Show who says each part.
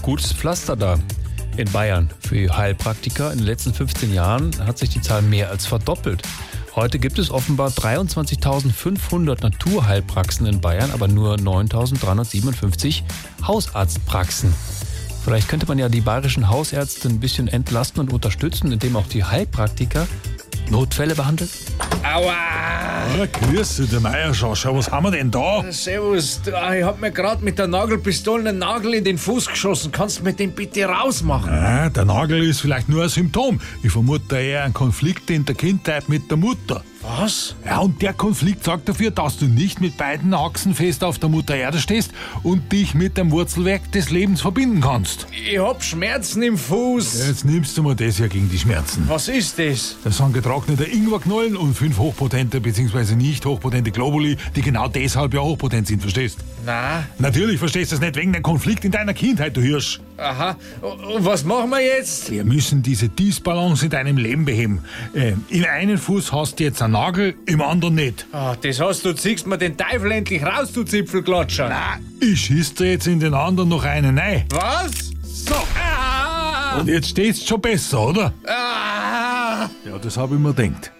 Speaker 1: gutes Pflaster da in Bayern für Heilpraktiker. In den letzten 15 Jahren hat sich die Zahl mehr als verdoppelt. Heute gibt es offenbar 23.500 Naturheilpraxen in Bayern, aber nur 9.357 Hausarztpraxen. Vielleicht könnte man ja die bayerischen Hausärzte ein bisschen entlasten und unterstützen, indem auch die Heilpraktiker Notfälle behandeln.
Speaker 2: Aua!
Speaker 3: Ah, grüß dich, der Meier. Schau, schau, was haben wir denn da?
Speaker 2: Servus, du, ah, ich hab mir gerade mit der Nagelpistole einen Nagel in den Fuß geschossen. Kannst du mir den bitte rausmachen?
Speaker 3: Ah, der Nagel ist vielleicht nur ein Symptom. Ich vermute eher einen Konflikt in der Kindheit mit der Mutter.
Speaker 2: Was?
Speaker 3: Ja, und der Konflikt sorgt dafür, dass du nicht mit beiden Achsen fest auf der Mutter Erde stehst und dich mit dem Wurzelwerk des Lebens verbinden kannst.
Speaker 2: Ich hab Schmerzen im Fuß.
Speaker 3: Jetzt nimmst du mal das ja gegen die Schmerzen.
Speaker 2: Was ist das?
Speaker 3: Das sind getrocknete Ingwerknollen und fünf hochpotente bzw. nicht hochpotente Globuli, die genau deshalb ja hochpotent sind, verstehst?
Speaker 2: Na,
Speaker 3: Natürlich verstehst du es nicht wegen dem Konflikt in deiner Kindheit, du Hirsch.
Speaker 2: aha. Und was machen wir jetzt?
Speaker 3: Wir müssen diese Disbalance in deinem Leben beheben. Äh, in einen Fuß hast du jetzt einen Nagel, im anderen nicht.
Speaker 2: Ah, das heißt, du ziehst mir den Teufel endlich raus, du Zipfelklatscher.
Speaker 3: Ah, ich schieß dir jetzt in den anderen noch einen rein.
Speaker 2: Was?
Speaker 3: So,
Speaker 2: Ah!
Speaker 3: und jetzt steht's schon besser, oder?
Speaker 2: Ah!
Speaker 3: Ja, das habe ich mir gedacht.